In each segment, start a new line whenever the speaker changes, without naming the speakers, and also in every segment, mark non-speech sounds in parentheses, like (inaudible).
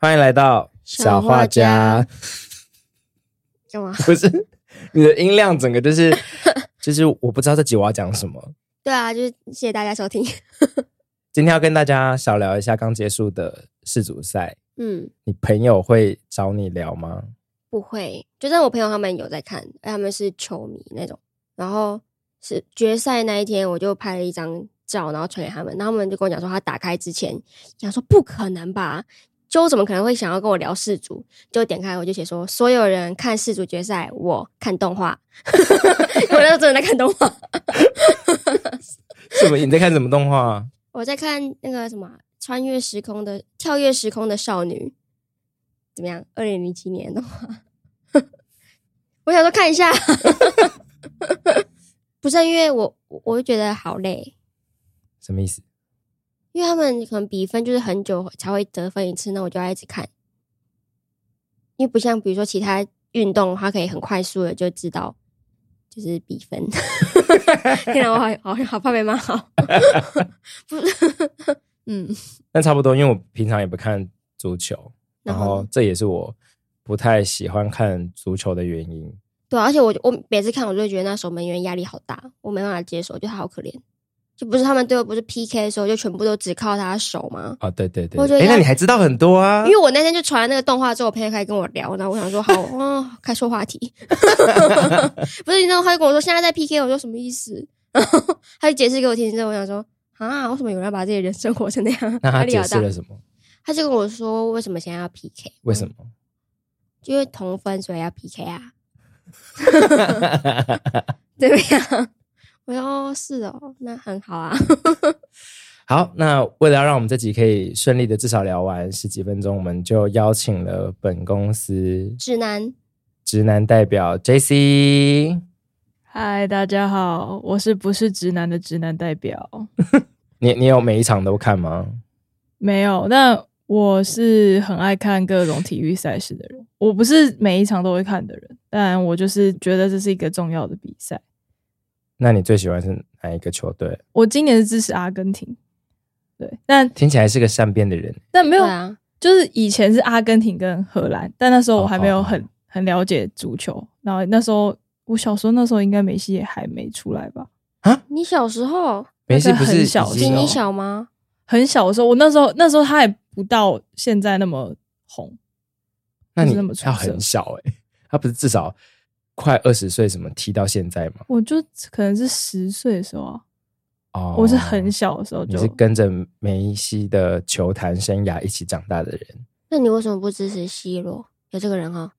欢迎来到小画家。
干嘛？
不是 (laughs) 你的音量，整个就是 (laughs) 就是我不知道这集我要讲什么。
(laughs) 对啊，就是谢谢大家收听。 (laughs)
今天要跟大家小聊一下刚结束的世足赛，
嗯，
你朋友会找你聊吗？
不会，就算我朋友他们有在看，哎他们是球迷那种。然后是决赛那一天，我就拍了一张照，然后传给他们，然后他们就跟我讲说，他打开之前想说不可能吧，就怎么可能会想要跟我聊世足？就点开我就写说，所有人看世足决赛，我看动画， (laughs) 我那时候真的在看动画，
什么？你在看什么动画？ (laughs)
我在看那个什么啊穿越时空的跳跃时空的少女，怎么样？二零零七年的话， (laughs) 我想说看一下， (laughs) 不是因为我我我就觉得好累，
什么意思？
因为他们可能比分就是很久才会得分一次，那我就要一直看，因为不像比如说其他运动，它可以很快速的就知道就是比分。 (laughs) 天哪，我好好好怕被骂好， (laughs) 不， (laughs) 嗯，
但差不多，因为我平常也不看足球，然
然
后
后
这也是我不太喜欢看足球的原因。
对啊、而且我我每次看我就会觉得那守门员压力好大，我没办法接受，就他好可怜，就不是他们队友不是 PK 的时候就全部都只靠他的手吗？
哦，对对对，
我觉得
诶那你还知道很多啊
因？为我那天就传了那个动画之后，我朋友开始跟我聊，然后我想说好，哦，开说
(laughs)
话题， (laughs) 不是，然后他就跟我说现在在 PK，我说什么意思？然后他就解释给我听之后，我想说啊，为什么有人要把自己的人生活成那样？
那
压
他
力
解
好
释
大。
了什么？
他就跟我说为什么现在要 PK？
为
(laughs)
什么？
因为同分所以要 PK 啊，对不对？ (laughs) 我说哦，是哦，那很好啊。
好，那为了要让我们这集可以顺利的至少聊完十几分钟，我们就邀请了本公司
指南
直男代表 J C。
嗨，大家好，我是不是直男的直男代表？
你你有每一场都看吗？
没有，那我是很爱看各种体育赛事的人。我不是每一场都会看的人，但我就是觉得这是一个重要的比赛。
那你最喜欢是哪一个球队？
我今年是支持阿根廷，对，但
听起来是个善变的人，
但没
对
有，
啊，
就是以前是阿根廷跟荷兰，但那时候我还没有很
哦
很了解足球，然后那时候我小时候那时候应该梅西也还没出来吧，
你小时候
梅西不是
很小
已
是
比
经
哦
你小吗？
很小的时候，我那时候那时候他也不到现在那么红。
那你
不是那么出色
要很小哎、他不是至少快二十岁，什么踢到现在吗？
我就可能是十岁的时候啊，
哦
我是很，小的时候
你
就是
跟着梅西的球坛生涯一起长大的人。
那你为什么不支持 C 罗？有这个人哈？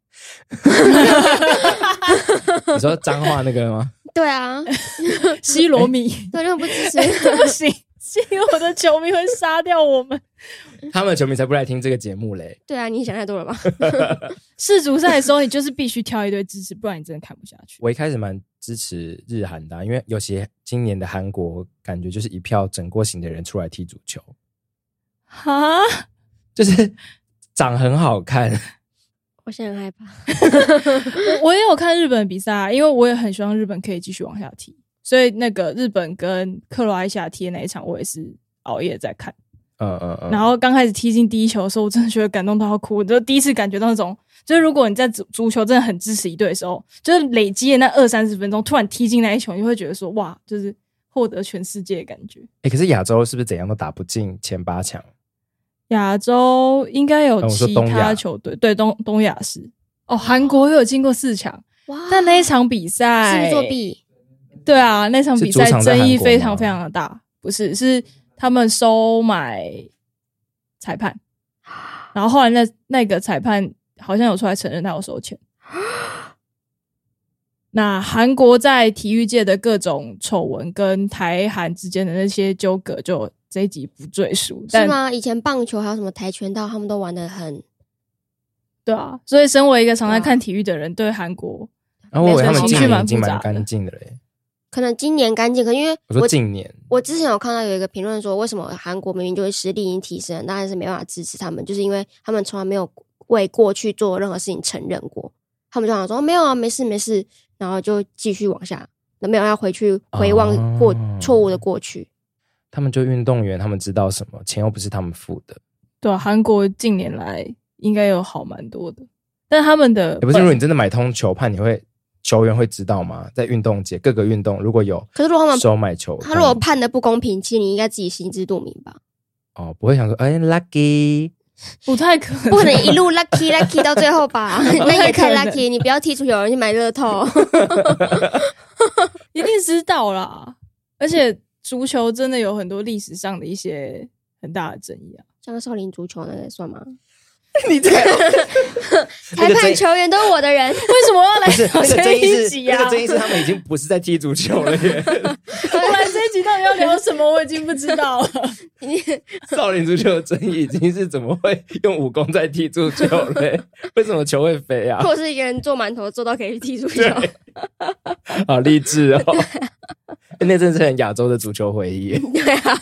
你说脏话那个
(laughs)
吗？
对啊，
西
哎
罗 (laughs) 米，
对，为什么不支持？
不行，西罗的球迷会杀掉我们。
他们的球迷才不来听这个节目嘞。
(laughs) 对啊，你想太多了吧？
(laughs)
(laughs)
世足赛的时候，你就是必须挑一堆支持，不然你真的看不下去。
我一开始蛮支持日韩的啊、因为尤其今年的韩国，感觉就是一票整锅型的人出来踢足球，
哈，
就是 (laughs) 长很好看。
我现在很害怕。
我我也有看日本的比赛、啊，因为我也很希望日本可以继续往下踢，所以那个日本跟克罗埃西亚踢的那一场，我也是熬夜在看。
嗯嗯嗯。
然后刚开始踢进第一球的时候，我真的觉得感动到要哭，我就第一次感觉到那种，就是如果你在足足球真的很支持一队的时候，就是累积的那二三十分钟，突然踢进那一球，你就会觉得说哇，就是获得全世界的感觉。
哎、可是亚洲是不是怎样都打不进前八强？
亚洲应该有
哦我说
其
东亚
他球队，对东东亚是哦，韩国也有进过四强，
哇，
但那一场比赛
是不是作弊？
对啊，那场比
是
赛
主场在
争
韩
议
国
非
吗
常非常的大，不是是他们收买裁判，
(gasps)
然后后来那那个裁判好像有出来承认他有收钱。
(gasps)
那韩国在体育界的各种丑闻跟台韩之间的那些纠葛，就这一集不赘述。
是
但
吗？以前棒球还有什么跆拳道，他们都玩的很
对啊，所以身为一个常
对
在
啊
看体育的人，对韩国
然后我以为
没
他
错
们今
情绪
年已
蛮
经
复杂
蛮干
的
净的嘞。
可能今年干净，可因为
我说近年，
我之前有看到有一个评论说，为什么韩国明明就是实力已经提升，但是没办法支持他们，就是因为他们从来没有为过去做任何事情承认过。他们就想说没有啊，没事没事，然后就继续往下，那没有要回去回望过
哦
错误的过去。
他们就运动员，他们知道什么，钱又不是他们付的。
对啊，韩国近年来应该有好蛮多的。但他们的
也不是，如果你真的买通球判，你会球员会知道吗？在运动界各个运动如果有
可是如果他们
收买球判，
他如果判的不公平，其实你应该自己心知肚明吧？
哦不会想说哎 lucky，
不太可能，
不可能一路 lucky lucky 到最
(laughs)
后吧？那也太
不太可能
lucky，你不要踢出有人去买乐透。
一定知道啦。而且足球真的有很多历史上的一些很大的争议啊。
像少林足球那个算吗？
(laughs) 你 (laughs)
(laughs)
这那
裁
个
判
争
球员都是我的人，
为什么要来
不是
聊 (laughs)
那个
这
争议
一
是
集
那
啊？
个争议是他们已经不是在踢足球了
(laughs)
耶，
我来这一集到底要聊什么？我已经不知道了。 (laughs)
(laughs)
少林足球的争议已经是怎么会用武功在踢足球
(laughs)
嘞？为什么球会飞啊？
或者是一个人做馒头做到可以踢足球。
对， (laughs) 好励志哦！ (laughs) 那真是很亚洲的足球回忆耶。
(laughs) 对啊，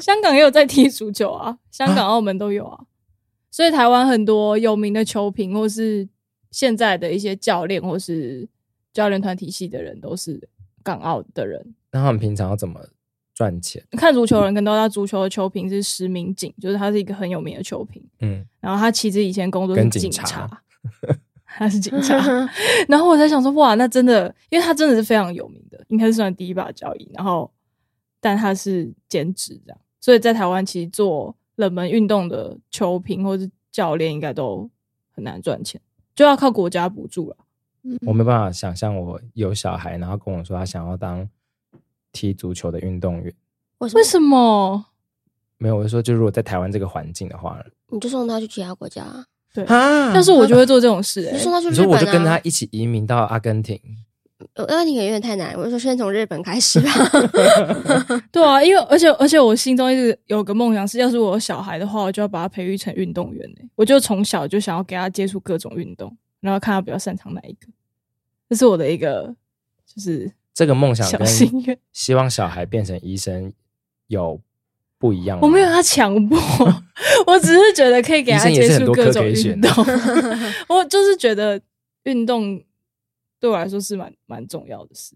香港也有在踢足球啊，香港、澳门都有啊。所以台湾很多有名的球评，或是现在的一些教练，或是教练团体系的人，都是港澳的人。
那他们平常要怎么赚钱？
看足球的人跟都知道，足球的球评是石明景，就是他是一个很有名的球评。
嗯，
然后他其实以前工作是
跟
警
警察
他是警察。 (laughs)
啊
然后我才想说，哇，那真的，因为他真的是非常有名的，应该是算第一把交椅。然后，但他是兼职这样，所以在台湾其实做冷门运动的球评或是教练，应该都很难赚钱，就要靠国家补助了。
嗯我没办法想象我有小孩，然后跟我说他想要当踢足球的运动员。
(laughs) 为什
为
么？
什么？
没有，我是说，就如果在台湾这个环境的话，
你就送他去其他国家啊，
啊
但是我就会做这种事、
你
欸，
就送他去
你
日
说
本啊。
我就跟他一起移民到阿根廷，
呃，那你可能有点太难。我就说先从日本开始
(laughs)
吧。
对啊，因为而且而且我心中一直有个梦想是，要是我有小孩的话，我就要把他培育成运动员、欸、我就从小就想要给他接触各种运动，然后看他比较擅长哪一个，这是我的一个就是
这个梦想
小
跟
心愿。
希望小孩变成医生有不一样吗。
我没有他强迫， (laughs) 我只是觉得可以给他
医生也
接
是很
触
多
各
科
种
可以
运
选 (laughs)
动。我就是觉得运动对我来说是蛮蛮重要的事，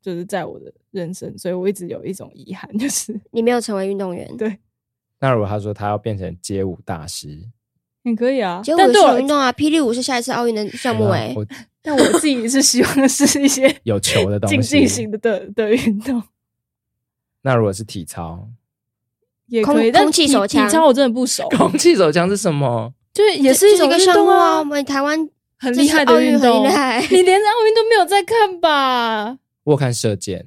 就是在我的人生，所以我一直有一种遗憾，就是 (laughs)
你没有成为运动员，
对
那如果他说他要变成街舞大师，
你可以啊，
结果
但
我
对我来
是运动啊，霹雳舞是下一次奥运的项目哎、
我
但我自己是希望是一些
有球的东
(laughs)
西
竞技型的的的
(laughs)
运动
那如果是体操，
也
空
可以，但
空气
体
手枪
体操我真的不熟，
空气手枪是什么？
就是也
这
是一
这
种
个
运
项
动
目啊。我
啊，
们台湾
很厉害的运
这是奥
动
运很厉害。
(laughs) 你连奥运都没有在看吧？
我有看射箭，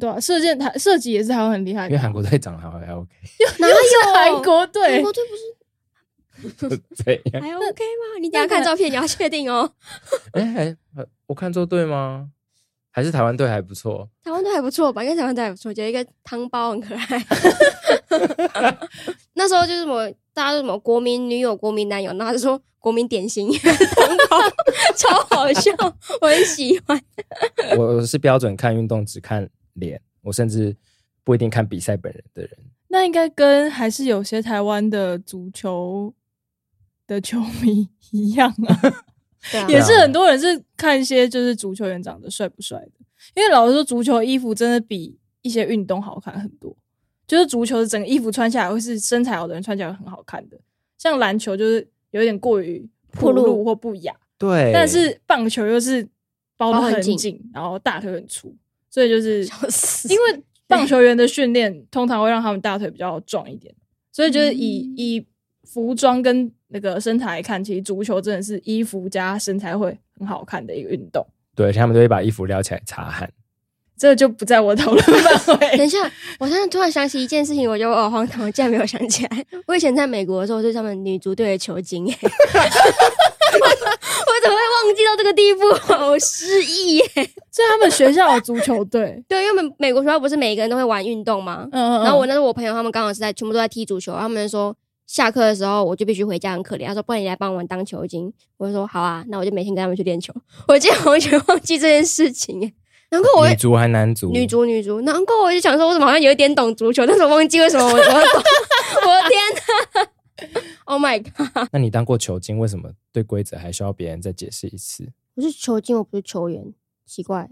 对啊，射箭台射击也是台湾很厉害
因
的，
为韩国队长得还还
(laughs)
OK，
(laughs) 哪有
韩国
韩
队
国队不是
对，
还 OK 吗？你等一下看照片，你要确定哦。
哎、还呃我看错队吗？还是台湾队还不错？
台湾队还不错吧？应该台湾队还不错，觉得一个汤包很可爱。 (laughs) 那时候就是什么，大家都什么国民女友、国民男友，然后就说国民点 (laughs) 心汤包，超好笑，我很喜欢。
我是标准看运动只看脸，我甚至不一定看比赛本人的人。
那应该跟还是有些台湾的足球的球迷一样啊。
对啊
也是很多人是看一些就是足球员长得帅不帅的，因为老实说，足球衣服真的比一些运动好看很多。就是足球整个衣服穿下来会是身材好的人穿起来会很好看的，像篮球就是有点过于
暴
暴
露
露或不雅，
对，
但是棒球又是包
包
的
很
很
紧
紧，然后大腿很粗，所以
(laughs)
就是
死
因为棒球员的训练通常会让他们大腿比较壮一点，所以就是以、
嗯
以服装跟那个身材来看，其实足球真的是衣服加身材会很好看的一个运动。
对他们都会把衣服撩起来擦汗。
这就不在我讨论
(laughs)
范
等
围。
一下，我现在突然想起一件事情，我觉得我好哦荒唐，我竟然没有想起来。我以前在美国的时候，我是他们女足队的球精、 (laughs) 欸，我我怎么会忘记到这个地步？我失忆耶、欸
所以他们学校有足球队，
对，因为美美国学校不是每一个人都会玩运动吗？
(laughs) 嗯嗯，
然后我那时候我朋友他们刚好是在全部都在踢足球，他们说下课的时候我就必须回家，很可怜。他说不然你来帮我们当球精，我就说好啊，那我就每天跟他们去练球。我竟然完全忘记这件事情耶，难怪我
女足还男足？
女足女足，难怪我就想说我怎么好像有一点懂足球，但是我忘记为什么我我懂， (laughs) 我的天呐 o h my god！
那你当过球精，为什么对规则还需要别人再解释一次？
我是球精，我不是球员，奇怪。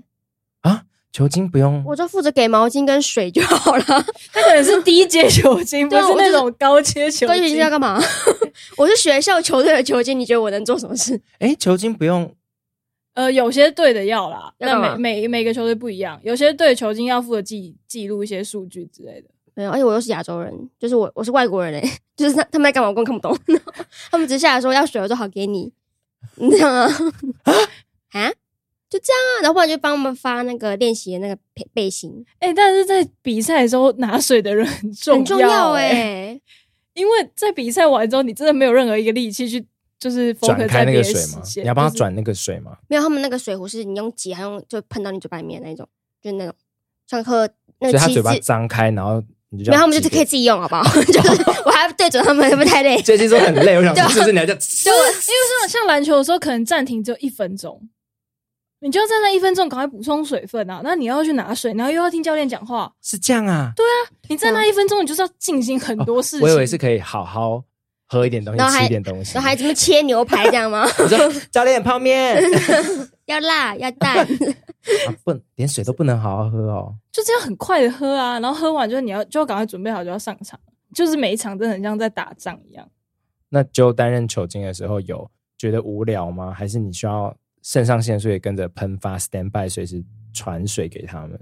球精不用
我就负责给毛巾跟水就好了。
他可能是低阶球精，不
对啊
是
我
那
就是
种高阶球
关键是
精
要。干嘛？ (laughs) 我是学校球队的球精，你觉得我能做什么事？
哎，球精不用
呃，有些队的要啦，
要
但
干嘛
每每每个球队不一样，有些队球精要负责记记录一些数据之类的。
没有，而且我又是亚洲人，就是我我是外国人哎、 (laughs) 就是他他们在干嘛我根本看不懂， (laughs) 他们只是下来说要水我说好给你， (laughs) 你知道吗？ (laughs) 啊，就这样啊，然后不然就帮我们发那个练习的那个背背心，
哎、但是在比赛的时候拿水的人很重
很重要
哎、
欸
哎、
因为在比赛完之后，你真的没有任何一个力气去就是
转
focus
开
在
那个
别的
水
时
吗？
间
你要帮他。
就是
转那个水吗？
没有他们那个水壶是你用挤，还用就喷到你嘴巴里面那一种，就是那种像喝那
所
个
以他
七
嘴
字，
巴张开，然后你就这
没
样
有他们就
挤
是可
给。
以自己用好不好？ (laughs) 就是我还要对准他们，会不会太累？ (laughs)
最近说很累，我想说
对啊
是不是你要这样？
因为像像篮球的时候，可能暂停只有一分钟，你就要在那一分钟赶快补充水分啊。那你要去拿水，然后又要听教练讲话，
是这样啊？哦
你在那一分钟，你就是要进行很多事情。
我以为是可以好好喝一点东
然后
西，
还
吃一点东西。
然后还这么切牛排这样吗？ (laughs)
我说教练泡面，
要辣要淡，
啊不连水都不能好好喝哦。
就这样很快的喝啊，然后喝完就是你要就要赶快准备好就要上场，就是每一场真的很像在打仗一样。
那就担任球精的时候有觉得无聊吗？还是你需要肾上腺素也跟着喷发，stand by 随时传水给他们？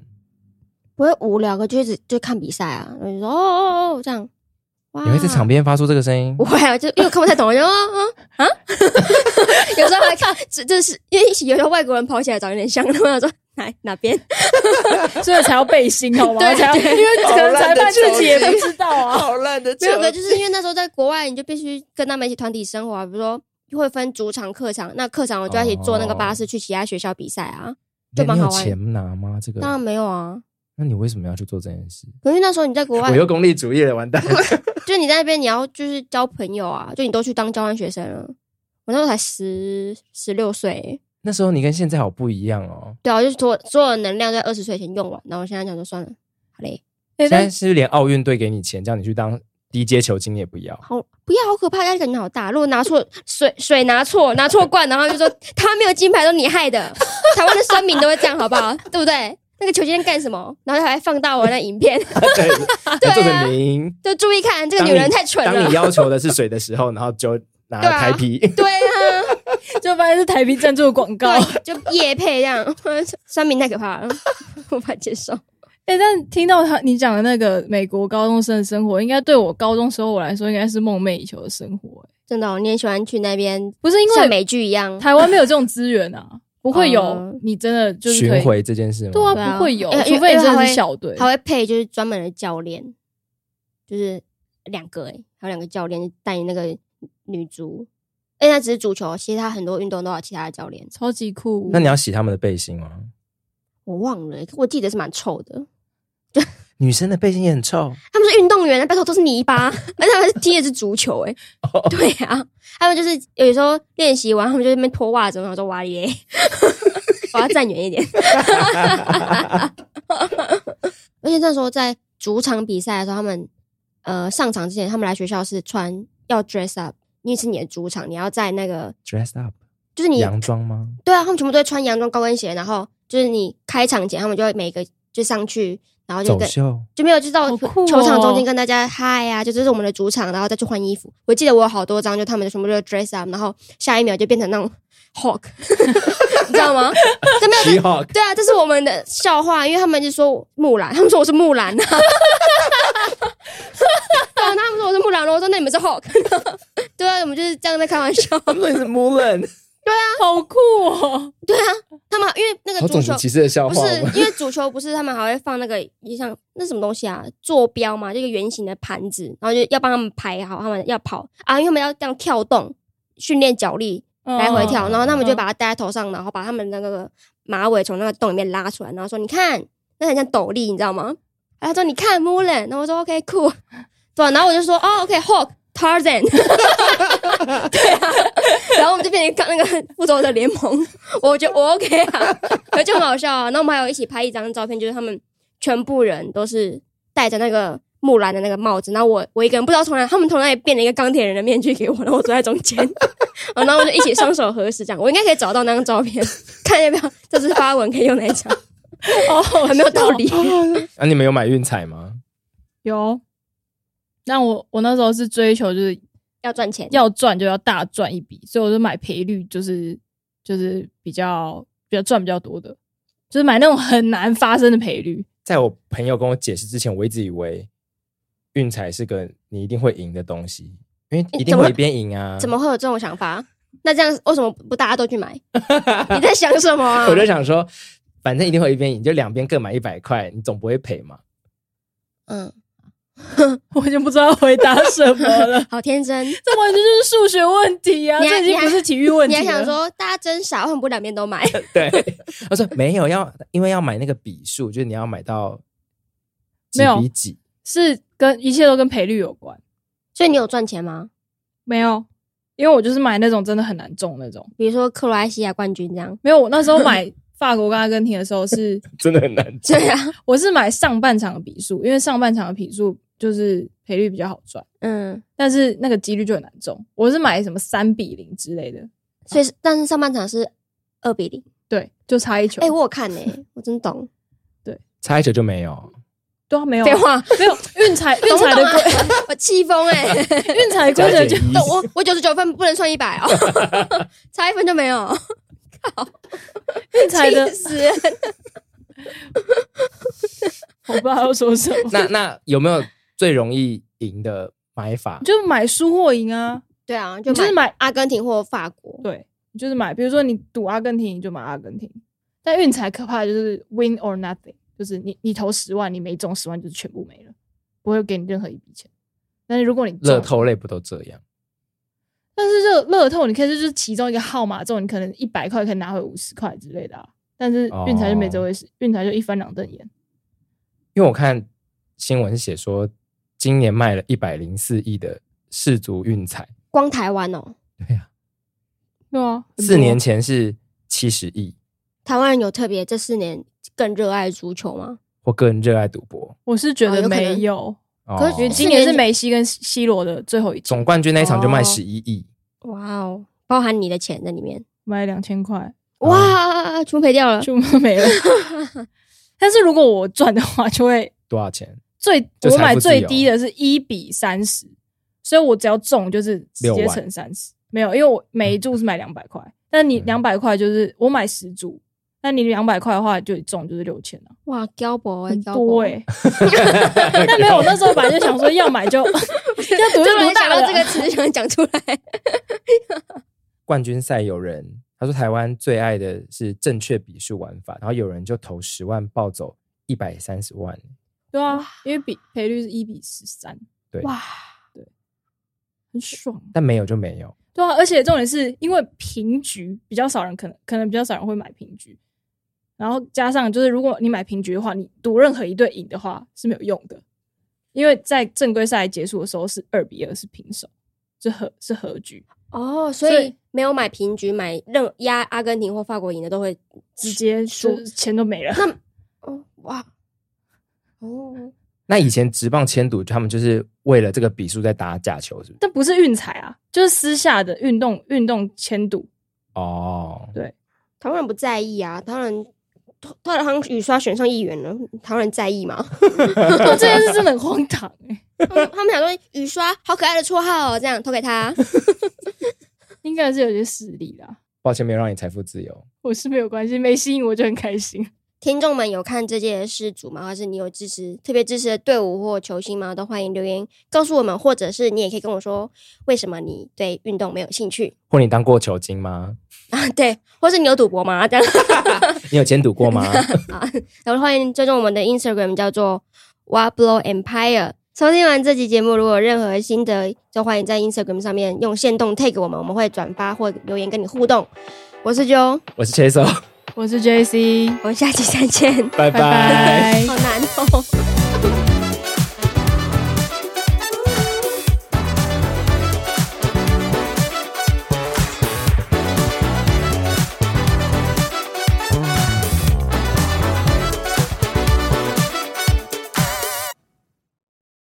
不会无聊，可就一直就看比赛啊，然后就说哦哦哦哦这样。哇
你会在场边发出这个声音
不？会啊，就因为我看不太懂，我就啊啊啊， (laughs) 有时候还看，这这是因为有时候外国人跑起来长有点像，然后我想说哪哪边，
所以才要背心，好
(laughs)
吗？
对
才要因为可能裁判自己也不知道
(laughs)
啊。
好烂的
没有个就是因为那时候在国外，你就必须跟他们一起团体生活啊，比如说会分主场、客场，那客场我就要一起坐那个巴士去其他学校比赛啊，就蛮
哎你
好
有
玩
钱拿吗？这个
当然没有啊，
那你为什么要去做这件事？
可是那时候你在国外
我，又功利主义了，完 (laughs) 蛋！
就你在那边你要就是交朋友啊，就你都去当交换学生了，我那时候才十十六岁欸。
那时候你跟现在好不一样哦。
对啊，就是所所有的能量在二十岁前用完，然后我现在讲就算了，好嘞，
哎
现在
但
是连奥运队给你钱，叫你去当低阶球精，你也不要。
好不要，好可怕，压力感觉好大。如果拿错水水拿错拿错罐，然后就说他没有金牌都你害的，台湾的酸民都会这样，好不好？对不对？那个球星在干什么？然后还放大我那
(laughs)
影片， (laughs) 啊
对，要做成零。
就注意看这个
当
女
你
人太蠢
当你
了。
要求的是水的时候，然后就拿
对啊
台皮。
对啊，
(laughs) 就发现是台啤赞助的广告。
对，就夜配这样， (laughs) 酸民太可怕了， (laughs) 无法接受。
哎、但听到他你讲的那个美国高中生的生活，应该对我高中时候我来说，应该是梦寐以求的生活、哎
真的哦、你很喜欢去那边，
不是因
像
为
美剧一样，
台湾没有这种资源啊，
(laughs)
不会有
哦
你真的就是可
巡
以。
回这件事吗？
对
对
啊，
啊
不会有，
因为
除非你真
因为
的
还
是
会
校队。
他会配就是专门的教练，就是两个诶、欸还有两个教练带你那个女足。哎、他只是足球，其实他很多运动都有其他的教练，
超级酷。
那你要洗他们的背心吗？
我忘了、欸，我记得是蛮臭的。
女生的背心也很臭，
他们是运动员，拜托都是泥巴，而且他们踢的是足球、欸，
哦
(laughs) 对啊，他们就是有时候练习完，他们就在那边脱袜子，我想说哇耶， (laughs) 我要站远一点。 (laughs) 而且那时候在主场比赛的时候，他们呃上场之前，他们来学校是穿要 dress up，因为是你的主场，你要在那个
dress up
就是你
洋装吗？
对啊，他们全部都会穿洋装、高跟鞋，然后就是你开场前，他们就会每个就上去，然后就
走
跟
秀，
就没有就到
好酷哦
球场中间跟大家嗨啊，就这是我们的主场，然后再去换衣服。我记得我有好多张，就他们全部就 dress up，然后下一秒就变成那种 hawk，你知道吗？这没有
七号
对啊，这是我们的笑话，因为他们就说我木兰，他们说我是木兰 (laughs) 啊。对啊，他们说我是木兰，然后我说那你们是 hawk，对啊，我们就是这样在开玩笑。
那是 Mulan，
(laughs) 好酷哦！
对啊，他们因为那个
好
足
种
球
族歧视的笑
不
话
是
哦。 (laughs) 我们
因为足球不是他们还会放那个一像那什么东西啊，坐标嘛，就一个圆形的盘子，然后就要帮他们排好，他们要跑啊，因为他们要这样跳动训练脚力， (laughs) 来回跳，
哦
然后他们就
嗯
把它戴在头上，然后把他们的那个马尾从那个洞里面拉出来，然后说你看，那很像斗笠，你知道吗？然后他说你看 Mulan，然后我说 OK cool，对啊、然后我就说哦 OK Hawk Tarzan，对啊，然后我们就变成刚那个复仇者联盟，我觉得我 OK 啊，可就很好笑啊。然后我们还有一起拍一张照片，就是他们全部人都是戴着那个。木兰的那个帽子，然后我我一个人不知道从哪，他们从哪里变了一个钢铁人的面具给我，然后我坐在中间，哦，然后我们就一起双手合十，这样我应该可以找到那张照片，看要不要这次发文可以用来讲。
哦，
(laughs)
好
很没有道
笑
理。
啊，你们有买运彩吗？
(laughs) 有，但我我那时候是追求就是
要赚钱，
要赚就要大赚一笔，所以我就买赔率就是就是比较比较赚比较多的，就是买那种很难发生的赔率。
在我朋友跟我解释之前，我一直以为运彩是个你一定会赢的东西，因为一定会一边赢啊。
怎么？会有这种想法？那这样为什么不大家都去买？你在想什么啊？
(laughs) 我就想说，反正一定会一边赢，就两边各买一百块，你总不会赔嘛。
嗯，，
我已经不知道回答什么了 (laughs)
好天真。你
这完全就是数学问题啊！
你还
这已经不是体育问题了。啊
还想说大家真傻，为什么不两边都买？
(laughs) 对，他说没有要，因为要买那个笔数，就是你要买到几
没有
比几。
是跟一切都跟赔率有关？
所以你有赚钱吗？
没有，因为我就是买那种真的很难中那种。
比如说克罗埃西亚冠军这样？ (laughs)
没有，我那时候买法国跟阿根廷的时候是 (laughs)
真的很难做
对啊，
我是买上半场的比数，因为上半场的比数就是赔率比较好赚，
嗯，
但是那个几率就很难中。我是买什么三比零之类的，
所以但是上半场是二比零。
对，就差一球。
哎，我有看呢，我真懂。
差一球就没有。
对啊，没有啊
废话，
没有运彩
(laughs)
运
懂不
彩的
懂啊
规
(laughs) 我气疯哎！
运彩的规则就
加减一
但我我九十九分不能算一 (laughs) 百哦，差一分就没有，
运彩
(laughs)
的
气，死人！
我不知道要说什 (laughs) 么，
那那有没有最容易赢的买法？
就买输或赢啊，
对啊，就
你就是
买
买
阿根廷或法国。
对，你就是买，比如说你赌阿根廷你就买阿根廷，但运彩可怕的就是 win or nothing，就是你你投十万，你没中十万就是全部没了，不会给你任何一笔钱。但是如果你中
乐透类不都这样？
但是乐乐透，你可以就是其中一个号码中，你可能一百块可以拿回五十块之类的啊。但是运彩就没这回
哦
事，运彩就一翻两瞪眼。
因为我看新闻是写说，今年卖了一百零四亿的世足运彩，
光台湾哦，
对呀、
对啊，
四年前是七十亿，
台湾人有特别这四年更热爱足球吗？
或个人热爱赌博。
我是觉
哦有可
得
能
没有，
哦
可是觉得
今年是梅西跟 C 罗的最后一季，
总冠军那一场就卖
哦
十一亿，
哇哦，包含你的钱在里面，
买两千块
哇，全部赔掉 (laughs) 了。
就没了。但是如果我赚的话，就会
多少钱？
最
就财
我
富
买
自
最
由
低的是一比三十，所以我只要中就是直
六
接
万
乘三十。没有，因为我每一注是买两百块，但你
嗯
两百块就是我买十注，那你两百块的话就中就是六千啊。
哇，胶博哎，
很
胶
多
博
哎、，但 (laughs) 没有，
(laughs)
我那时候本来就想说要买就要赌
突
就赌
然
大
想
了
到这个词，想讲出 (laughs) 来。
冠军赛有人他说台湾最爱的是正确笔数玩法，然后有人就投十万抱走一百三十万，
对啊，因为比赔率是一比十三，
对
哇，对，很爽，
但没有就没有。
对啊，而且重点是因为平局比较少人，可能可能比较少人会买平局，然后加上就是如果你买平局的话，你赌任何一队赢的话是没有用的，因为在正规赛结束的时候是二比二是平手，是和是和局，
哦，所
所
以
以
没有买平局，买任压阿根廷或法国赢的都会
直接
输
就是钱都没了。
那哦哇哦，
那以前职棒签赌，他们就是为了这个笔数在打假球，是不是？
(laughs) 但不是运彩啊，就是私下的运动运动
(laughs)
签赌。
哦，
台湾人不在意啊，台湾人。台湾人雨刷选上议员了，台湾人在意吗？ (laughs)
哦，这件事真的很荒唐哎、
他们他们想说雨刷好可爱的绰号哦，这样投给他。
应该是有些势力啦。
抱歉没有让你财富自由。
我是没有关系，没吸引我就很开心。
听众们有看这届的世足吗？或是你有支持特别支持的队伍或球星吗？都欢迎留言告诉我们，或者是你也可以跟我说为什么你对运动没有兴趣 (laughs)
或你当过球精吗？
啊？对，或是你有赌博吗？这样
你有签赌过吗？
啊，然后欢迎追踪我们的 Instagram 叫做 Wablo Empire。收听完这期节目，如果有任何心得，就欢迎在 Instagram 上面用线动 tag 我们，我们会转发或留言跟你互动。我是 Jo，
我是 Chase，
我是 J C，
我们下期再见。
拜
拜拜
拜。
好难哦。